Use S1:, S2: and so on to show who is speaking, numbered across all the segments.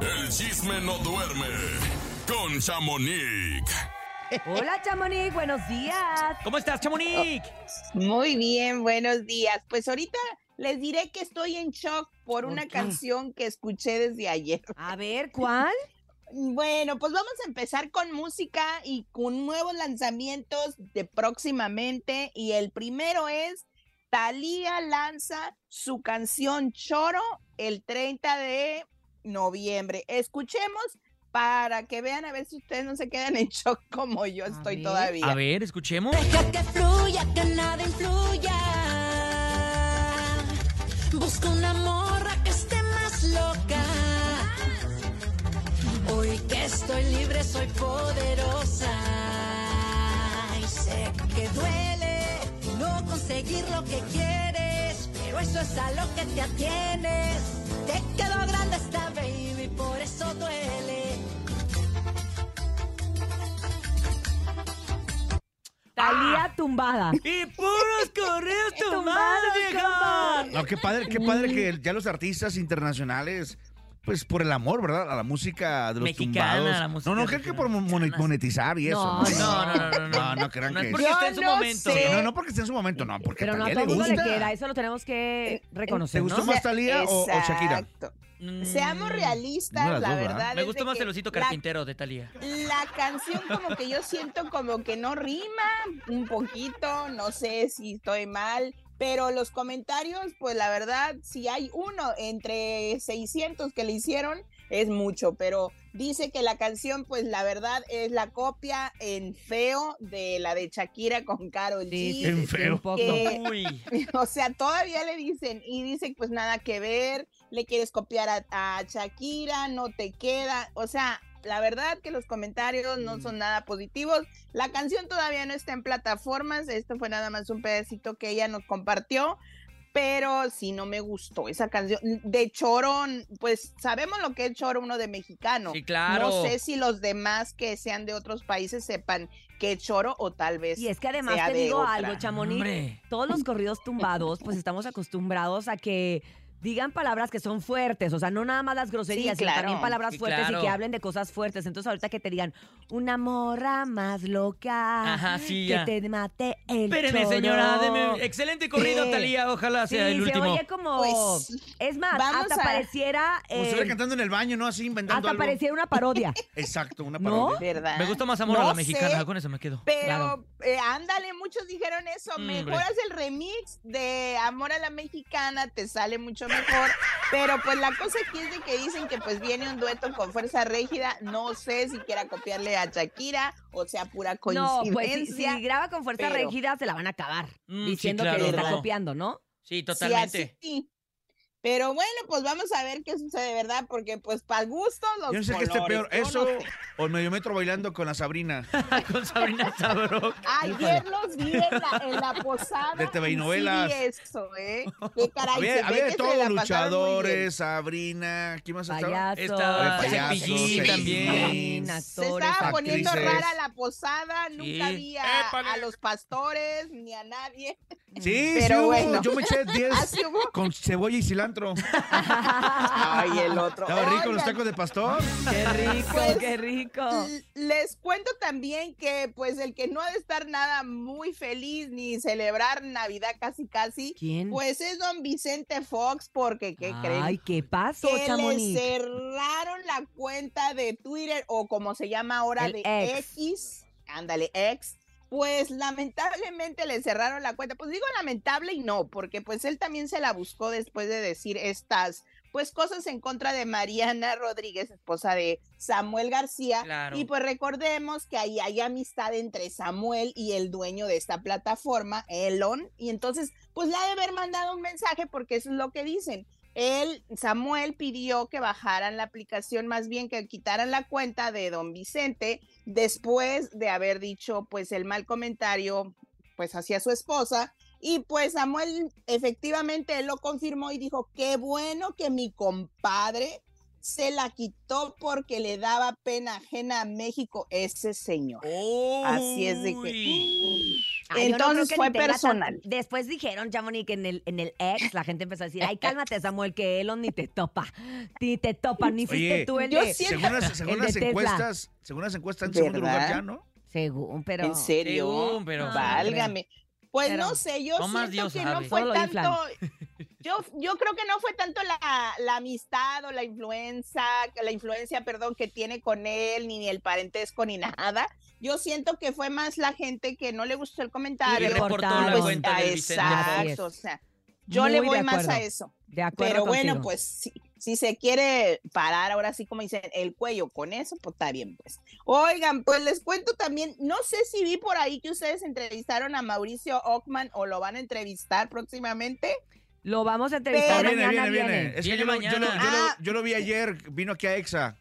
S1: El chisme no duerme con Chamonix.
S2: Hola, Chamonix, buenos días.
S3: ¿Cómo estás, Chamonix?
S4: Muy bien, buenos días. Pues ahorita les diré que estoy en shock por
S2: ¿Por
S4: una
S2: qué?
S4: canción que escuché desde ayer.
S2: A ver, ¿cuál?
S4: Bueno, pues vamos a empezar con música y con nuevos lanzamientos de próximamente. Y el primero es Thalía lanza su canción Choro el 30 de noviembre. Escuchemos para que vean a ver si ustedes no se quedan en shock como yo
S2: A
S4: estoy
S2: ver.
S4: todavía.
S3: A ver, escuchemos.
S5: Deja que fluya, que nada influya. Busca una morra que esté más loca. Hoy que estoy libre, soy poderosa. Y sé que duele no conseguir lo que quieres, pero eso es a lo que te atienes. Te quedó grande esta baby, por eso duele.
S2: Talía tumbada.
S3: Y puros correos
S2: Tumbados,
S3: tumbados, vieja.
S6: No, qué padre, qué padre que ya los artistas internacionales, pues por el amor, ¿verdad? A la música de los
S3: Mexicana,
S6: tumbados.
S3: la música
S6: no, no, creo que por mon-
S3: mexicana.
S6: monetizar y eso.
S3: No, no, no, no, no.
S6: No, no crean
S3: No es
S6: que-
S3: porque esté en su
S4: Yo no
S3: momento.
S6: Sí,
S4: sé.
S6: no, no porque esté en su momento, no, porque
S2: Pero no a
S6: también
S2: todo el
S6: le
S2: mundo
S6: gusta.
S2: le queda,
S4: eh,
S2: eso lo tenemos que reconocer,
S6: ¿Te gustó
S3: ¿no?
S6: más Talía o, o Shakira?
S4: Exacto.
S3: Mm,
S4: Seamos
S6: No
S4: realistas,
S6: las
S4: la
S6: dos, ¿verdad?
S4: verdad.
S3: Me
S4: es
S3: gustó
S4: de
S3: más
S4: que
S3: el osito
S4: la-
S3: carpintero de Talía.
S4: La canción como que yo siento como que no rima un poquito, no sé si estoy mal, pero los comentarios, pues la verdad, si hay uno entre 600 que le hicieron, es mucho, pero dice que la canción, pues la verdad, es la copia en feo de la de Shakira con Karol G.
S6: sí, En feo.
S2: Que-
S4: Eh,
S3: Uy.
S4: O sea, todavía le dicen y dicen pues nada que ver, le quieres copiar a, a Shakira, no te queda. O sea, la verdad que los comentarios no
S3: Mm.
S4: son nada positivos. La canción todavía no está en plataformas, esto fue nada más un pedacito que ella nos compartió. Pero sí, no me gustó esa canción. De Chorón, pues sabemos lo que es Choro, uno de mexicano.
S3: Sí, claro.
S4: No sé si los demás que sean de otros países sepan que es Choro o tal vez.
S2: Y es que además
S4: sea
S2: te
S4: de
S2: digo
S4: otra.
S2: algo, Chamonix.
S3: Hombre.
S2: Todos los corridos tumbados, pues estamos acostumbrados a que digan palabras que son fuertes, o sea, no nada más las groserías,
S4: Sí, claro.
S2: sino también palabras
S3: Sí,
S2: fuertes
S3: claro.
S2: y que hablen de cosas fuertes. Entonces ahorita que te digan una morra más loca,
S3: Ajá,
S2: que
S3: sí, ya.
S2: te mate el
S3: Espéreme,
S2: choro.
S3: señora. deme- Excelente corrido,
S4: Sí.
S3: Talía. Ojalá
S2: Sí,
S3: sea el
S2: se
S3: último.
S2: oye como
S4: Pues,
S2: es más,
S4: vamos
S2: hasta
S4: a-
S2: pareciera
S6: Como
S2: eh,
S6: estuviera cantando en el baño, ¿no? Así inventando
S2: hasta
S6: algo.
S2: pareciera una parodia.
S6: Exacto, una
S2: ¿No?
S6: parodia.
S4: ¿verdad?
S3: Me gusta más amor a
S4: No
S3: la
S4: sé,
S3: mexicana. Con eso me quedo.
S4: Pero
S2: Claro. Mm,
S4: eh, ándale, muchos dijeron eso.
S3: Hombre.
S4: Mejor haz el remix de Amor a la Mexicana, te sale mucho mejor. Pero pues la cosa aquí es de que dicen que pues viene un dueto con fuerza rígida. No sé si quiera copiarle a Shakira o sea pura
S2: No, pues si,
S4: coincidencia.
S2: si graba con fuerza
S4: pero-
S2: regida se la van a acabar
S3: Mm, sí,
S2: diciendo que
S3: claro,
S2: le está
S4: ¿verdad?
S2: copiando, ¿no?
S3: Sí,
S4: Sí,
S3: totalmente.
S4: así. Pero bueno, pues vamos a ver qué sucede, ¿verdad? Porque pues para el gusto los
S6: Yo no sé qué esté
S4: colores,
S6: peor,
S4: yo no
S6: eso
S4: sé.
S6: o el mediometro bailando con la Sabrina.
S3: Con Sabrina Sabro.
S4: Ayer los vi en la, en la posada.
S6: De TV y
S4: y sí vi
S6: novelas.
S4: eso, ¿eh? Qué caray, se ve
S6: había había
S4: que
S6: de
S4: se la
S6: todo,
S4: pasaron muy bien.
S6: luchadores, Sabrina, ¿quién más Pues estaba?
S2: Payasos,
S3: Está
S6: Había payasos,
S3: Cepillín
S6: Cepillín.
S3: también.
S2: actores,
S4: Se estaba poniendo
S6: actrices.
S4: rara la posada, nunca
S3: Sí.
S4: vi a, a los pastores ni a nadie.
S6: Sí,
S4: Pero
S6: sí, hubo.
S4: bueno.
S6: yo me eché 10
S4: Así hubo.
S6: con cebolla y cilantro.
S4: Ay, el otro.
S6: Estaba rico los
S4: Oigan,
S6: tacos de pastor.
S2: Qué rico,
S4: Pues,
S2: qué rico.
S4: L- Les cuento también que pues el que no ha de estar nada muy feliz ni celebrar Navidad casi casi,
S2: ¿Quién?
S4: pues es don Vicente Fox porque ¿qué creen?
S2: Ay, ¿qué pasó,
S4: que le
S2: Chamonix?
S4: cerraron la cuenta de Twitter o como se llama ahora
S2: El
S4: de
S2: ex.
S4: X, ándale, X, pues lamentablemente le cerraron la cuenta. Pues digo lamentable y no, porque pues él también se la buscó después de decir estas pues cosas en contra de Mariana Rodríguez, esposa de Samuel García.
S3: Claro.
S4: Y pues recordemos que ahí hay amistad entre Samuel y el dueño de esta plataforma, Elon. Y entonces, pues le ha de haber mandado un mensaje porque eso es lo que dicen. Él, Samuel pidió que bajaran la aplicación, más bien que quitaran la cuenta de don Vicente después de haber dicho pues el mal comentario pues hacia su esposa. Y pues Samuel efectivamente él lo confirmó y dijo, qué bueno que mi compadre se la quitó porque le daba pena ajena a México ese señor. Así es de que...
S3: Uy.
S2: Ay, Ah, yo no creo
S4: Entonces
S2: que ni
S4: fue
S2: tenga tan-
S4: personal.
S2: Después dijeron, Chamonix, que en el, en el ex la gente empezó a decir, ay, cálmate, Samuel, que Elon ni te topa. Ni te topa, ni fuiste
S6: Oye,
S2: tú el
S4: yo
S2: de-
S4: siento-
S6: Según las, según
S2: El de
S6: las
S2: Tesla.
S6: encuestas, según las encuestas en segundo
S4: ¿Verdad?
S6: lugar ya, ¿no?
S2: Según, pero...
S4: ¿En serio?
S3: Según, pero-
S4: Válgame. Pues
S2: Pero-
S4: no sé, yo
S3: No Ah.
S4: siento
S3: más Dios
S4: que
S3: sabe.
S4: no fue
S2: Solo lo inflan.
S4: tanto. Yo, yo creo que no fue tanto la, la amistad o la influencia, la influencia, perdón, que tiene con él, ni el parentesco, ni nada. Yo siento que fue más la gente que no le gustó el
S3: le
S4: comentario.
S2: reportaron.
S3: reportó la
S2: Pues,
S3: cuenta
S4: Ah,
S3: del Vicente Fox.
S2: Así es.
S4: exacto, o sea, yo le
S2: Muy de
S4: voy más a
S2: acuerdo.
S4: eso.
S2: De acuerdo
S4: Pero bueno,
S2: contigo.
S4: pues si, si se quiere parar ahora sí, como dicen, el cuello con eso, pues está bien, pues. Oigan, pues les cuento también, no sé si vi por ahí que ustedes entrevistaron a Mauricio Ockman o lo van a entrevistar próximamente.
S2: Lo vamos a
S6: Ah,
S2: entrevistar
S4: Pero- Ah.
S6: viene,
S2: mañana,
S6: viene, viene.
S2: viene.
S6: Es que
S3: Viene
S6: yo lo, yo, lo, yo lo-
S4: mañana.
S6: yo lo vi ayer, vino aquí a EXA.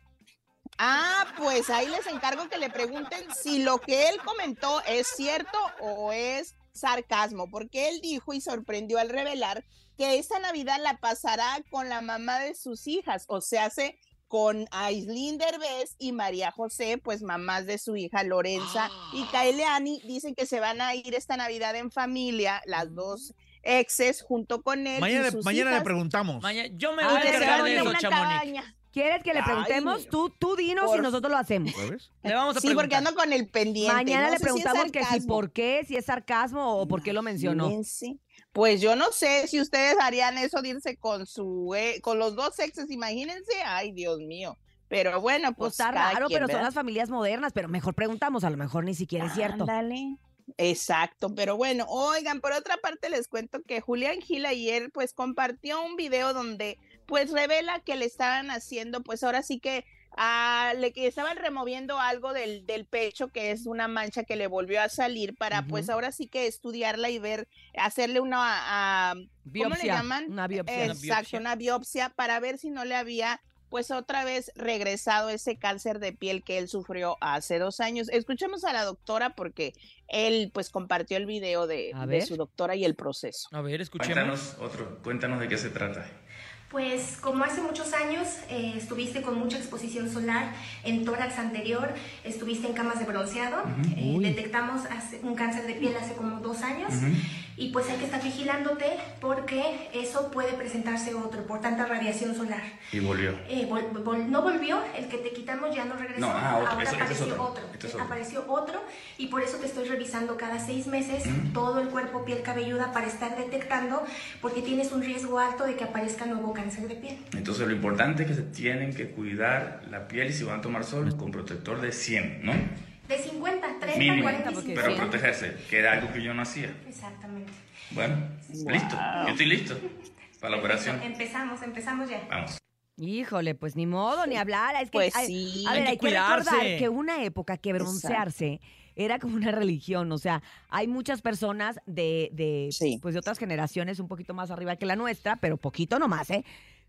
S4: Ah, pues ahí les encargo que le pregunten si lo que él comentó es cierto o es sarcasmo, porque él dijo y sorprendió al revelar que esta Navidad la pasará con la mamá de sus hijas, o sea, se con Aislinn Derbez y María José, pues mamás de su hija Lorenza y Kaeleani, dicen que se van a ir esta Navidad en familia, las dos exes junto con él. y
S6: Mañana,
S4: sus
S6: mañana le
S4: hijas,
S6: preguntamos.
S3: Maña- yo me
S2: Ah,
S3: voy
S4: y
S3: a
S4: que se
S3: encargar
S4: van
S3: de
S4: a
S3: eso,
S4: una
S3: Chamonix.
S4: cabaña.
S2: ¿Quieres que le
S4: Ay,
S2: preguntemos?
S4: mira.
S2: tú, tú dinos y
S4: Por-
S2: nosotros lo hacemos.
S6: ¿Lo ves?
S3: Le vamos a
S4: Sí, porque
S3: preguntar.
S4: ando con el pendiente.
S2: Mañana
S4: no
S2: le
S4: sé si es
S2: preguntamos que si
S4: sarcasmo.
S2: por qué, si es sarcasmo o por qué lo mencionó.
S4: Imagínense. Pues yo no sé si ustedes harían eso de irse con su e- con los dos sexos, imagínense, ay Dios mío. Pero bueno,
S2: Pues
S4: pues
S2: está
S4: cada
S2: raro,
S4: quien,
S2: pero son
S4: ¿verdad?
S2: las familias modernas, pero mejor preguntamos, a lo mejor ni siquiera es cierto.
S4: Ándale. Exacto, pero bueno, oigan, por otra parte les cuento que Julián Gil ayer pues compartió un video donde pues revela que le estaban haciendo pues ahora sí que ah, le que estaban removiendo algo del, del pecho que es una mancha que le volvió a salir para pues
S2: Ujú.
S4: ahora sí que estudiarla y ver, hacerle una ah, ¿Cómo le
S2: Biopsia,
S4: llaman?
S2: Una biopsia.
S3: Eh,
S4: Exacto, una biopsia para ver si no le había, pues otra vez regresado ese cáncer de piel que él sufrió hace dos años. Escuchemos a la doctora porque él, pues, compartió el video de,
S2: A
S4: de
S2: ver.
S4: su doctora y el proceso.
S3: A ver, escuchemos.
S7: Cuéntanos otro, cuéntanos de qué se trata.
S8: Pues como hace muchos años eh, estuviste con mucha exposición solar en tórax anterior, estuviste en camas de bronceado, eh, detectamos hace- un cáncer de piel hace como dos años y pues hay que estar vigilándote porque eso puede presentarse otro por tanta radiación solar.
S7: Y volvió.
S8: Eh, vol- vol- no volvió, el que te quitamos ya no regresó,
S7: No, ah, otro,
S8: ahora
S7: eso- este es
S8: apareció
S7: otro,
S8: otro, eh,
S7: este es otro.
S8: apareció otro y por eso te estoy revisando cada seis meses todo el cuerpo, piel cabelluda para estar detectando porque tienes un riesgo alto de que aparezca nuevo cáncer de piel.
S7: Entonces lo importante es que se tienen que cuidar la piel y si van a tomar sol con protector de 100, ¿no?
S8: De 50, 30,
S7: Mínimo.
S8: 40,
S2: porque-
S7: Pero
S8: 50.
S7: protegerse, que era algo que yo no hacía.
S8: Exactamente.
S7: Bueno, listo, yo estoy listo para la operación.
S8: Empezamos, empezamos ya.
S7: Vamos.
S2: Híjole, pues ni modo, ni hablar. Es que
S4: Pues
S2: hay-
S4: sí.
S2: A ver, hay que,
S3: Hay que
S2: recordar
S3: cuidarse.
S2: que una época que
S4: Exacto.
S2: broncearse era como una religión. O sea, hay muchas personas de, de,
S4: Sí.
S2: pues de otras generaciones un poquito más arriba que la nuestra, pero poquito nomás, ¿eh?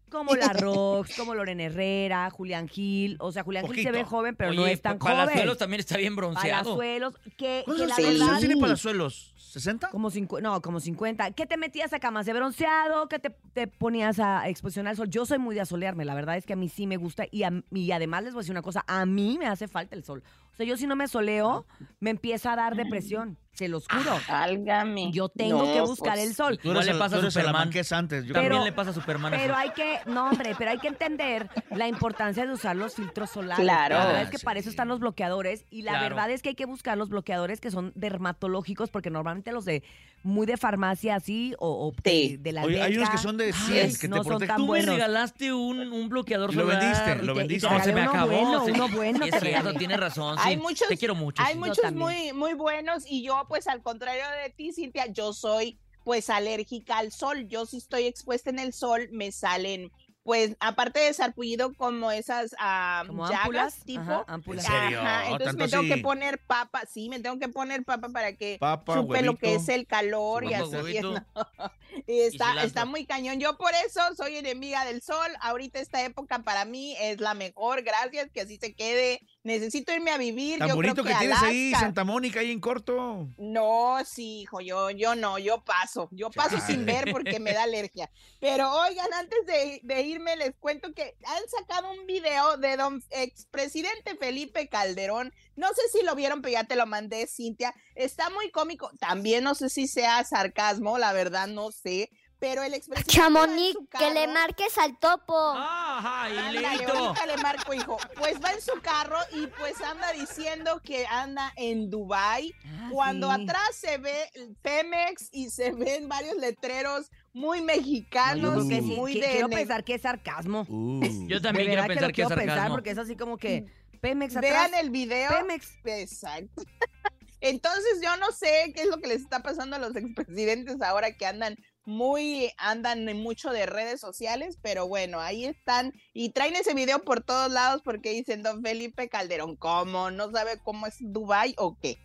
S2: Como la Rox, como Loren Herrera, Julián Gil. O sea, Julián Gil se ve
S6: Poquito.
S2: joven, pero no
S3: Oye,
S2: es tan
S3: pa- Palazuelos
S2: joven.
S3: también está bien bronceado.
S2: Palazuelos, que, que
S6: ¿Cuántos
S2: la
S4: Sí.
S6: años
S2: verdad...
S6: tiene Palazuelos? ¿60?
S2: Como cincu- no, como 50. ¿Qué te metías a camas de bronceado? ¿Qué te, te ponías a exposición al sol? Yo soy muy de asolearme, la verdad es que a mí sí me gusta y, a- y además les voy a decir una cosa, a mí me hace falta el sol. O sea, yo si no me asoleo, me empieza a dar depresión, se los juro.
S4: Álgame.
S2: Yo tengo
S4: Ah, No,
S2: que buscar
S4: pues,
S2: el sol.
S3: Igual le pasa a Superman.
S6: que es antes. Yo
S2: Pero-
S3: También
S6: creo.
S3: le pasa a Superman. eso.
S2: Pero hay que, no hombre, pero hay que entender la importancia de usar los filtros solares.
S4: Claro.
S2: La verdad es que
S6: Ah,
S2: para
S6: sí.
S2: eso están los bloqueadores y la
S3: Claro.
S2: verdad es que hay que buscar los bloqueadores que son dermatológicos porque normalmente los de muy de farmacia así o, o que
S4: Sí.
S2: de la
S6: Oye, hay unos
S2: alberca,
S6: que son de
S2: ay,
S6: 100 que te
S2: no son
S6: protegen.
S2: tan
S3: Tú me
S2: buenos.
S3: regalaste un, un bloqueador
S6: Lo
S3: solar.
S6: vendiste,
S2: Y
S6: lo
S2: te- y
S6: vendiste.
S2: te
S3: No, se me
S2: regalé uno
S3: acabó.
S2: bueno,
S3: sí,
S2: uno bueno
S3: sí,
S2: te
S3: es cierto,
S2: regalé.
S3: tienes razón.
S4: Hay
S3: sí.
S4: muchos-
S3: Te quiero mucho.
S4: Hay
S3: sí.
S2: mucho-
S4: muchos
S2: también.
S4: muy, muy buenos y yo, pues al contrario de ti, Cintia, yo soy pues alérgica al sol. Yo si estoy expuesta en el sol, me salen, pues aparte de sarpullido como esas ah,
S2: Como
S4: llagas
S2: ámpulas,
S4: tipo. ah,
S2: ajá, ámpulas.
S6: ¿En serio? Oh,
S4: Ajá, entonces
S6: ¿Tanto
S4: me tengo que
S6: así?
S4: poner papa, sí, me tengo que poner papa para que
S6: Papa,
S4: supe lo que
S6: huevito.
S4: es el calor y
S3: Papa,
S4: así.
S3: huevito.
S4: ¿no? Y está,
S3: cilantro.
S4: está muy cañón. Yo por eso soy enemiga del sol. Ahorita esta época para mí es la mejor. Gracias, que así se quede. Necesito irme a vivir.
S6: Tan
S4: yo
S6: bonito
S4: creo
S6: que,
S4: que,
S6: tienes
S4: Alaska.
S6: ahí Santa Mónica ahí en corto.
S4: No, sí, hijo, yo, yo no, yo paso, yo paso sin ver porque me da alergia. Pero oigan, antes de, de irme les cuento que han sacado un video de don expresidente Felipe Calderón No sé si lo vieron, pero ya te lo mandé, Cintia. Está muy cómico. También no sé si sea sarcasmo, la verdad no sé. Pero el expresidente. va en
S9: Chamonix,
S4: su
S9: que le
S4: carro.
S9: marques al topo.
S3: Ajá, y
S4: Ándale,
S3: listo.
S4: ahorita le marco, hijo. Pues va en su carro y pues anda diciendo que anda en Dubai.
S2: Ah,
S4: Cuando
S2: sí.
S4: atrás se ve el Pemex y se ven varios letreros muy
S2: Yo
S4: mexicanos
S2: creo que
S4: y
S2: sí,
S4: muy
S2: que-
S4: de
S2: quiero
S4: ne-
S2: pensar que es sarcasmo.
S6: Uh.
S3: Yo también
S2: De
S3: quiero
S2: verdad
S3: pensar
S2: lo
S3: que es
S2: quiero pensar
S3: sarcasmo.
S2: porque es así como que Pemex atrás.
S4: Vean el video.
S2: Pemex.
S4: Exacto. Entonces yo no sé qué es lo que les está pasando a los expresidentes ahora que andan muy, andan en mucho de redes sociales, pero bueno, ahí están y traen ese video por todos lados porque dicen Don Felipe Calderón, ¿cómo? ¿No sabe cómo es Dubai o qué?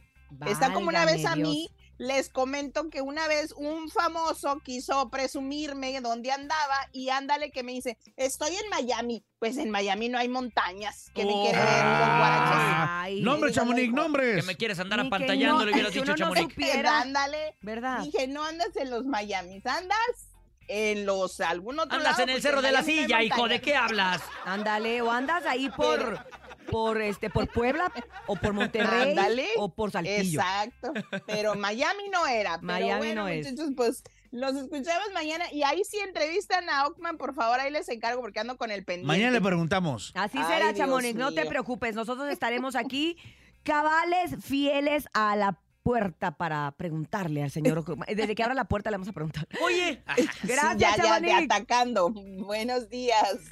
S4: Está como una vez a
S2: Válgame
S4: mí, les comento que una vez un famoso quiso presumirme dónde andaba y ándale que me dice, estoy en Miami. Pues en Miami no hay montañas, que me
S3: Oh.
S4: quieren ver con guaraches.
S2: Dios.
S6: Ah,
S2: Ay,
S6: Nombres, Chamonix,
S3: Que
S6: nombres.
S3: me quieres andar
S2: Ni que
S3: apantallando,
S2: no,
S3: le hubieras
S2: que uno
S3: dicho
S2: no
S3: Chamonix.
S2: supiera,
S4: Ándale.
S3: Ah.
S2: ¿Verdad?
S4: Dije, no andas en los Miamis, andas en los algún otro
S3: Andas
S4: lado,
S3: en el
S4: porque
S3: cerro de la
S4: Miami no hay
S3: silla, hijo,
S4: montañas.
S3: ¿de qué hablas?
S2: Ándale, o andas ahí por por este por Puebla o por Monterrey
S4: Ándale.
S2: o por Saltillo.
S4: Exacto. Pero Miami no era. Pero
S2: Miami
S4: bueno,
S2: no es.
S4: muchachos, pues los escuchamos mañana. Y ahí sí entrevistan a Ockman, por favor, ahí les encargo porque ando con el pendiente.
S6: Mañana le preguntamos.
S2: Así
S4: Ay,
S2: será,
S4: Dios
S2: Chamonix, no te
S4: mío.
S2: preocupes, nosotros estaremos aquí cabales fieles a la puerta para preguntarle al señor Ocuma. desde que abra la puerta le vamos a preguntar.
S3: Oye,
S4: Sí,
S2: Gracias,
S4: ya, ya, de
S2: Chamonix.
S4: atacando. Buenos días.